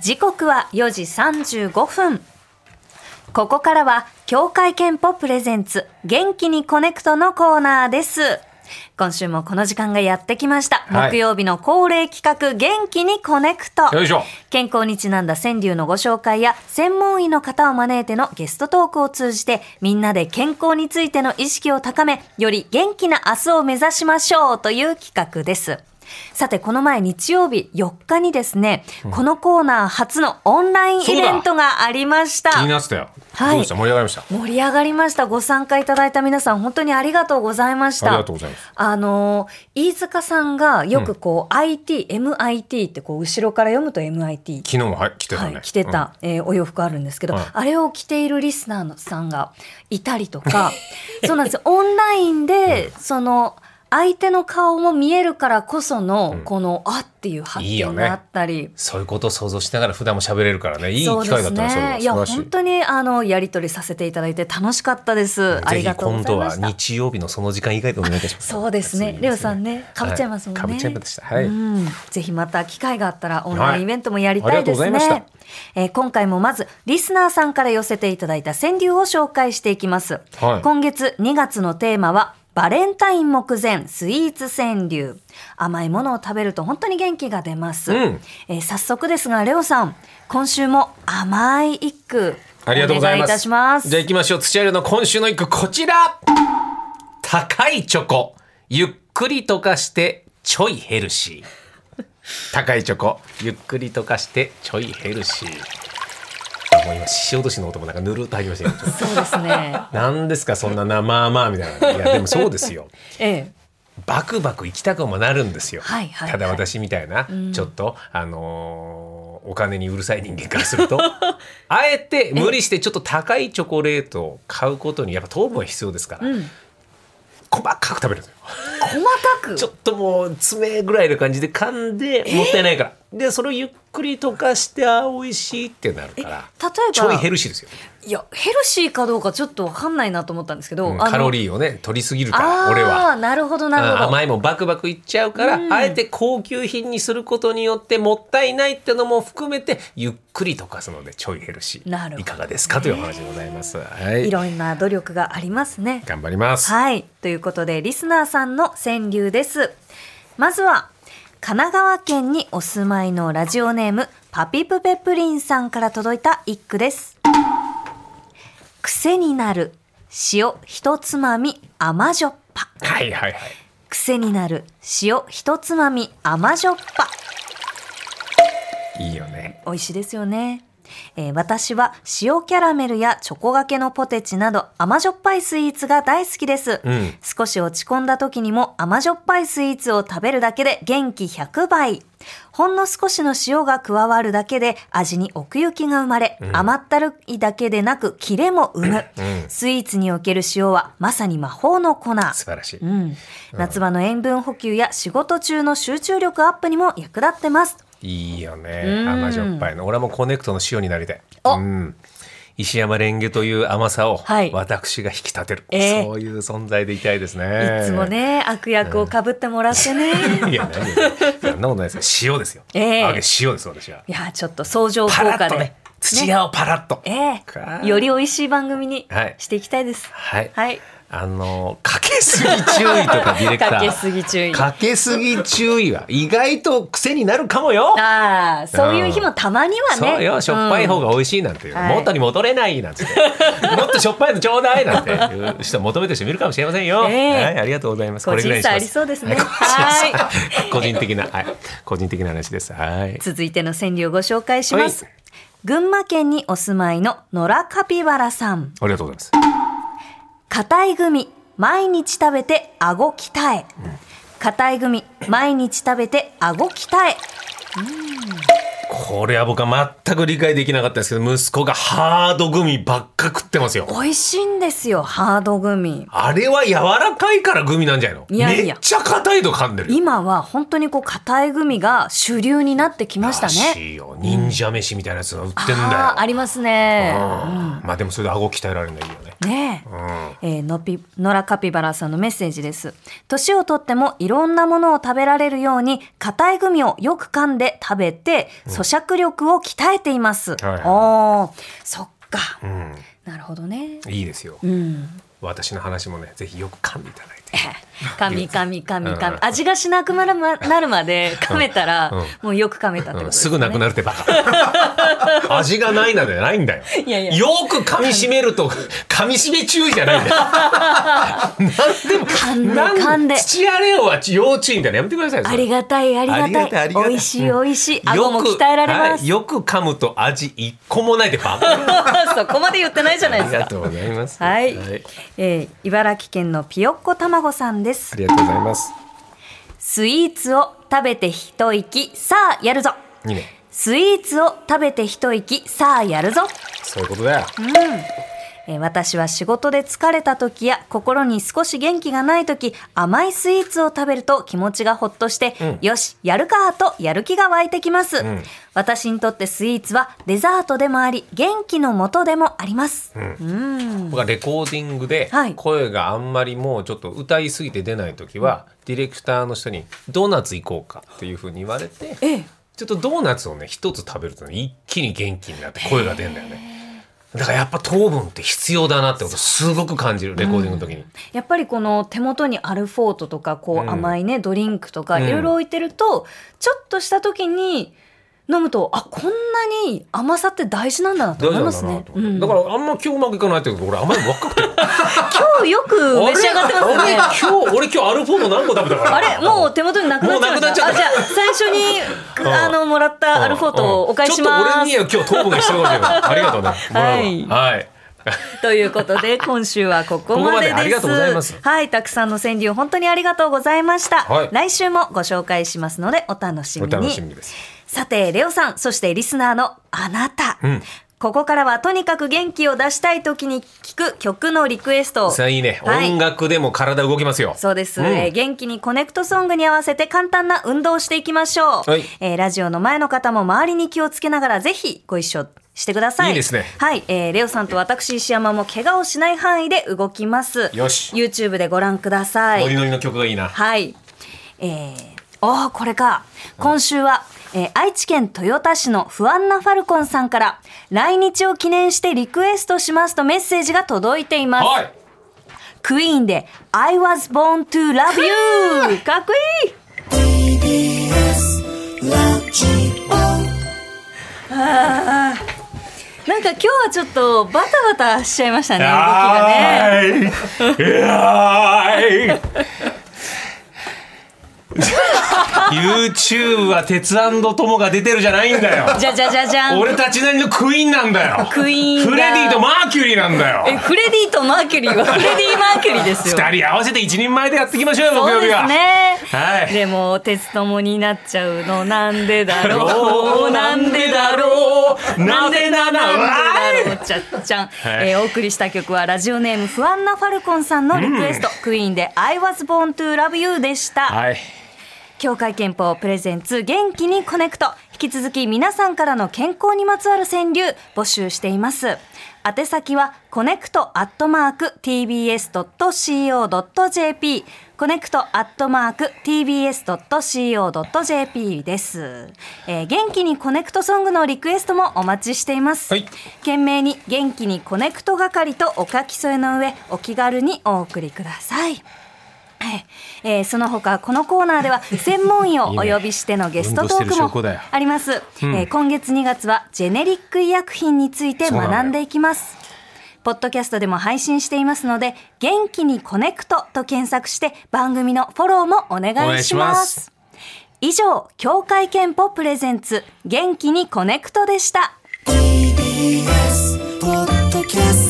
時刻は4時35分。ここからは、協会憲法プレゼンツ、元気にコネクトのコーナーです。今週もこの時間がやってきました。はい木曜日の恒例企画、元気にコネクト。よいしょ健康にちなんだ川柳のご紹介や専門医の方を招いてのゲストトークを通じてみんなで健康についての意識を高めより元気な明日を目指しましょうという企画です。さて、この前日曜日4日にですね、このコーナー初のオンラインイベントがありました。気になってたよ、はいどうでした盛り上がりました盛り上がりました。ご参加いただいた皆さん、本当にありがとうございました。ありがとうございます。あのー、飯塚さんがよくこう、IT、MIT ってこう、後ろから読むと MIT 昨日もはい来てたね、はい、着てた、えーお洋服あるんですけど、はいあれを着ているリスナーのさんがいたりと かそうなんですよオンラインで、その相手の顔も見えるからこその、このあっていう発いいよ見ねがあったり。そういうことを想像しながら普段も喋れるからねいい機そう会でだったすねそれはいや素晴らし本当にあのやり取りさせていただいて楽しかったです。あぜりひがとうご今ざい度まはした。日曜日のその時間以外でお願いいたします。そうですね。レオさんね、かぶっちゃいますもんね。はかぶっちゃいました。はい。うん、ぜひまた機会があったらオンラインイベントもやりたいですね。はいありがとうございまえー今回もまずリスナーさんから寄せていただいた川柳を紹介していきます。はい今月2月のテーマはバレンタイン目前スイーツ川柳。甘いものを食べると本当に元気が出ます。うんえー早速ですがレオさん、今週も甘い一句ありがとうございます。お願いいたします。じゃあ行きましょう。土屋流の今週の一句、こちら高いチョコ。ゆっくり溶かして、ちょいヘルシー。 高いチョコ。ゆっくり溶かして、ちょいヘルシー。あもう今、ししおとしの音もなんかぬるっと入りました よ。そうですね。なんですか、そんなな、まあまあみたいな。いや、でもそうですよ。ええ。バクバク行きたくもなるんですよ。はいはいはいただ私みたいな、ちょっと、あのーお金にうるさい人間からす るとあえて無理してちょっと高いチョコレートを買うことにやっぱ糖分は必要ですから、うん。細かく食べるんですよ細かく。ちょっともう爪ぐらいの感じで噛んでもったいないからでそれをゆっくり溶かしてあー美味しいってなるえ例えからばちょいヘルシーですよ、いやヘルシーかどうかちょっとわかんないなと思ったんですけど、うんあのカロリーをね取りすぎるから俺はあーなるほどなるあほど甘いもんバクバクいっちゃうから、うんあえて高級品にすることによってもったいないってのも含めてゆっくり溶かすのでちょいヘルシなるほーどいかがですかというお話でございます、はいいろんな努力がありますね頑張ります、はいということでリスナーさんの川柳ですまずは神奈川県にお住まいのラジオネームパピプペプリンさんから届いた一句です癖になる塩一つまみ甘じょっぱはい、はいはいはい癖になる塩一つまみ甘じょっぱいいよね美味しいですよね、えー私は塩キャラメルやチョコがけのポテチなど甘じょっぱいスイーツが大好きです、うん少し落ち込んだ時にも甘じょっぱいスイーツを食べるだけで元気100倍ほんの少しの塩が加わるだけで味に奥行きが生まれ、甘ったるいだけでなくキレも生む、スイーツにおける塩はまさに魔法の粉素晴らしい、うん、夏場の塩分補給や仕事中の集中力アップにも役立ってますいいようねん甘じょっぱいの俺はもうコネクトの塩になりたいおうん石山レンゲという甘さをはい私が引き立てる、ええそういう存在でいたいですねいつもね、悪役をかぶってもらってね。 いや何よそんなことないですよ塩ですよ、ええあ塩です私はいや、ちょっと相乗効パラ果ッとで。ね土屋をパラッと、えかえより美味しい番組にはいしていきたいです。はい、はい。あのかけすぎ注意と かディレクターかけすぎ注意かけすぎ注意は意外と癖になるかもよああ、そういう日もたまにはね。そうよしょっぱい方が美味しいなんて、はい元に戻れないなんて、 もっとしょっぱいのちょうだいなんていう人求めてる人もいるかもしれませんよ、ええはいありがとうございます個人差これぐらいにしますありそうですねはい個人は差個人的なはい個人的な話ですはい続いての川柳をご紹介します。はい群馬県にお住まいの野良カピバラさん。ありがとうございます硬いグミ毎日食べて顎鍛え硬いグミ毎日食べて顎鍛えこれは僕は全く理解できなかったですけど息子がハードグミばっか食ってますよ美味しいんですよハードグミあれは柔らかいからグミなんじゃないのいやいやめっちゃ硬いの噛んでるよ今は本当にこう硬いグミが主流になってきましたらね。しいよ忍者飯みたいなやつが売ってんだよあーありますね。うんまあでもそれで顎鍛えられるのいいよねねえ。うんえーのぴ野良カピバラさんのメッセージです年をとってもいろんなものを食べられるように硬いグミをよく噛んで食べて咀嚼力を鍛えています、はいはいおーそっか、うん、なるほどねいいですよ、うん私の話もねぜひよく噛んでいただいて噛み噛み噛み噛みうん味がしなくなるまなるまで噛めたら、うんもうよく噛めたってことうんです、すねぐなくなるってバ カ味がないなじゃないんだよいやいやよく噛み締めると噛み締め注意じゃないんだよ噛んでなん噛んで土屋レオは要注意だねやめてくださいよそあれりがたいありありががたたいあい美りがたい味しい美味しい顎も鍛えられまはすい、よく噛むと味一個もないでバカ そこまで言ってないじゃないあですかりがとうございますはい、えー茨城県のピヨッコたまごさんであすりがとうございますスイーツを食べて一息さあやるぞいいねスイーツを食べて一息さあやるぞそういうことだよえー私は仕事で疲れた時や心に少し元気がない時甘いスイーツを食べると気持ちがほっとして、うんよしやるかとやる気が湧いてきます、ん私にとってスイーツはデザートでもあり元気のもとでもあります、僕はレコーディングではい声があんまりもうちょっと歌いすぎて出ない時はディレクターの人に「ドーナツ行こうか」っていうふうに言われてええちょっとドーナツをね一つ食べるとね一気に元気になって声が出るんだよねだからやっぱ糖分って必要だなってことすごく感じるレコーディングの時に、やっぱりこの手元にアルフォートとかこうんう甘いね、ドリンクとかうんいろいろ置いてると、ちょっとした時に飲むとあこんなに甘さって大事なんだなと大思い事ますだなねと。う思って、ん、だからあんま今日うまくいかないってこと俺甘いもんばっかくて今日よく 召し上がってますね。俺今日俺今日アルフォート何個食べたからあれもう手元になくなっちゃもうなうくなっちゃったあじゃあ最初 にあのもらったアルフォートをお返ししうんうんちょっとま俺にす。は今日糖分が必要かもしれない ありがとうねはいもらうわはいということで今週はここまでです。 ここまでありがとうございますはいたくさんの川柳本当にありがとうございました。はい来週もご紹介しますのでお楽しみおに。楽しみですさて、レオさん、そしてリスナーのあなた。んここからはとにかく元気を出したい時に聞く曲のリクエストを。さあいいね、はい音楽でも体動きますよそうです、うんえー元気にコネクトソングに合わせて簡単な運動をしていきましょう、はいえーラジオの前の方も周りに気をつけながらぜひご一緒してくださいいいですねはい、えーレオさんと私石山も怪我をしない範囲で動きますよし YouTube でご覧くださいノリノリの曲がいいなはい。えー、おーこれか。今週は、えー愛知県豊田市の不安なファルコンさんから、来日を記念してリクエストしますとメッセージが届いています。はいクイーンで、I was born to love you! かっこいいなんか今日はちょっとバタバタしちゃいましたね、動きがね。はい。 はい。YouTube は鉄腕ともが出てるじゃないんだよ。じゃじゃじゃじゃん。俺たちなりのクイーンなんだよ。クイーンがフレディとマーキュリーなんだえ、よ。フレディとマーキュリーはフレディ・マーキュリーですよ。二人合わせて一人前でやっていきましょうよ、木そう曜で日は。すね。はいでも鉄友になっちゃうのなんでだろろう。うなんでだろう。なんでだろうなんでだろう。ちゃっちゃん、いえーお送りした曲はラジオネーム不安なファルコンさんのリクエスト、クイーンで I was born to love you でした。はい。協会憲法プレゼンツ元気にコネクト引き続き皆さんからの健康にまつわる川柳募集しています宛先はコネクトアットマーク tbs.co.jp コネクトアットマーク tbs.co.jp です、えー元気にコネクトソングのリクエストもお待ちしています、はい懸命に元気にコネクト係とお書き添えの上お気軽にお送りくださいはいえーその他このコーナーで は専門医をお呼びしてのゲストトー運動してるク証も拠だよあります、えー今月2月はジェネリック医薬品についてそうなのよ学んでいきますポッドキャストでも配信していますので「元気にコネクト」と検索して番組のフォローもお願お願いいししまますす以上協会憲法プレゼンツ「元気にコネクト」でした TBS ポッドキャスト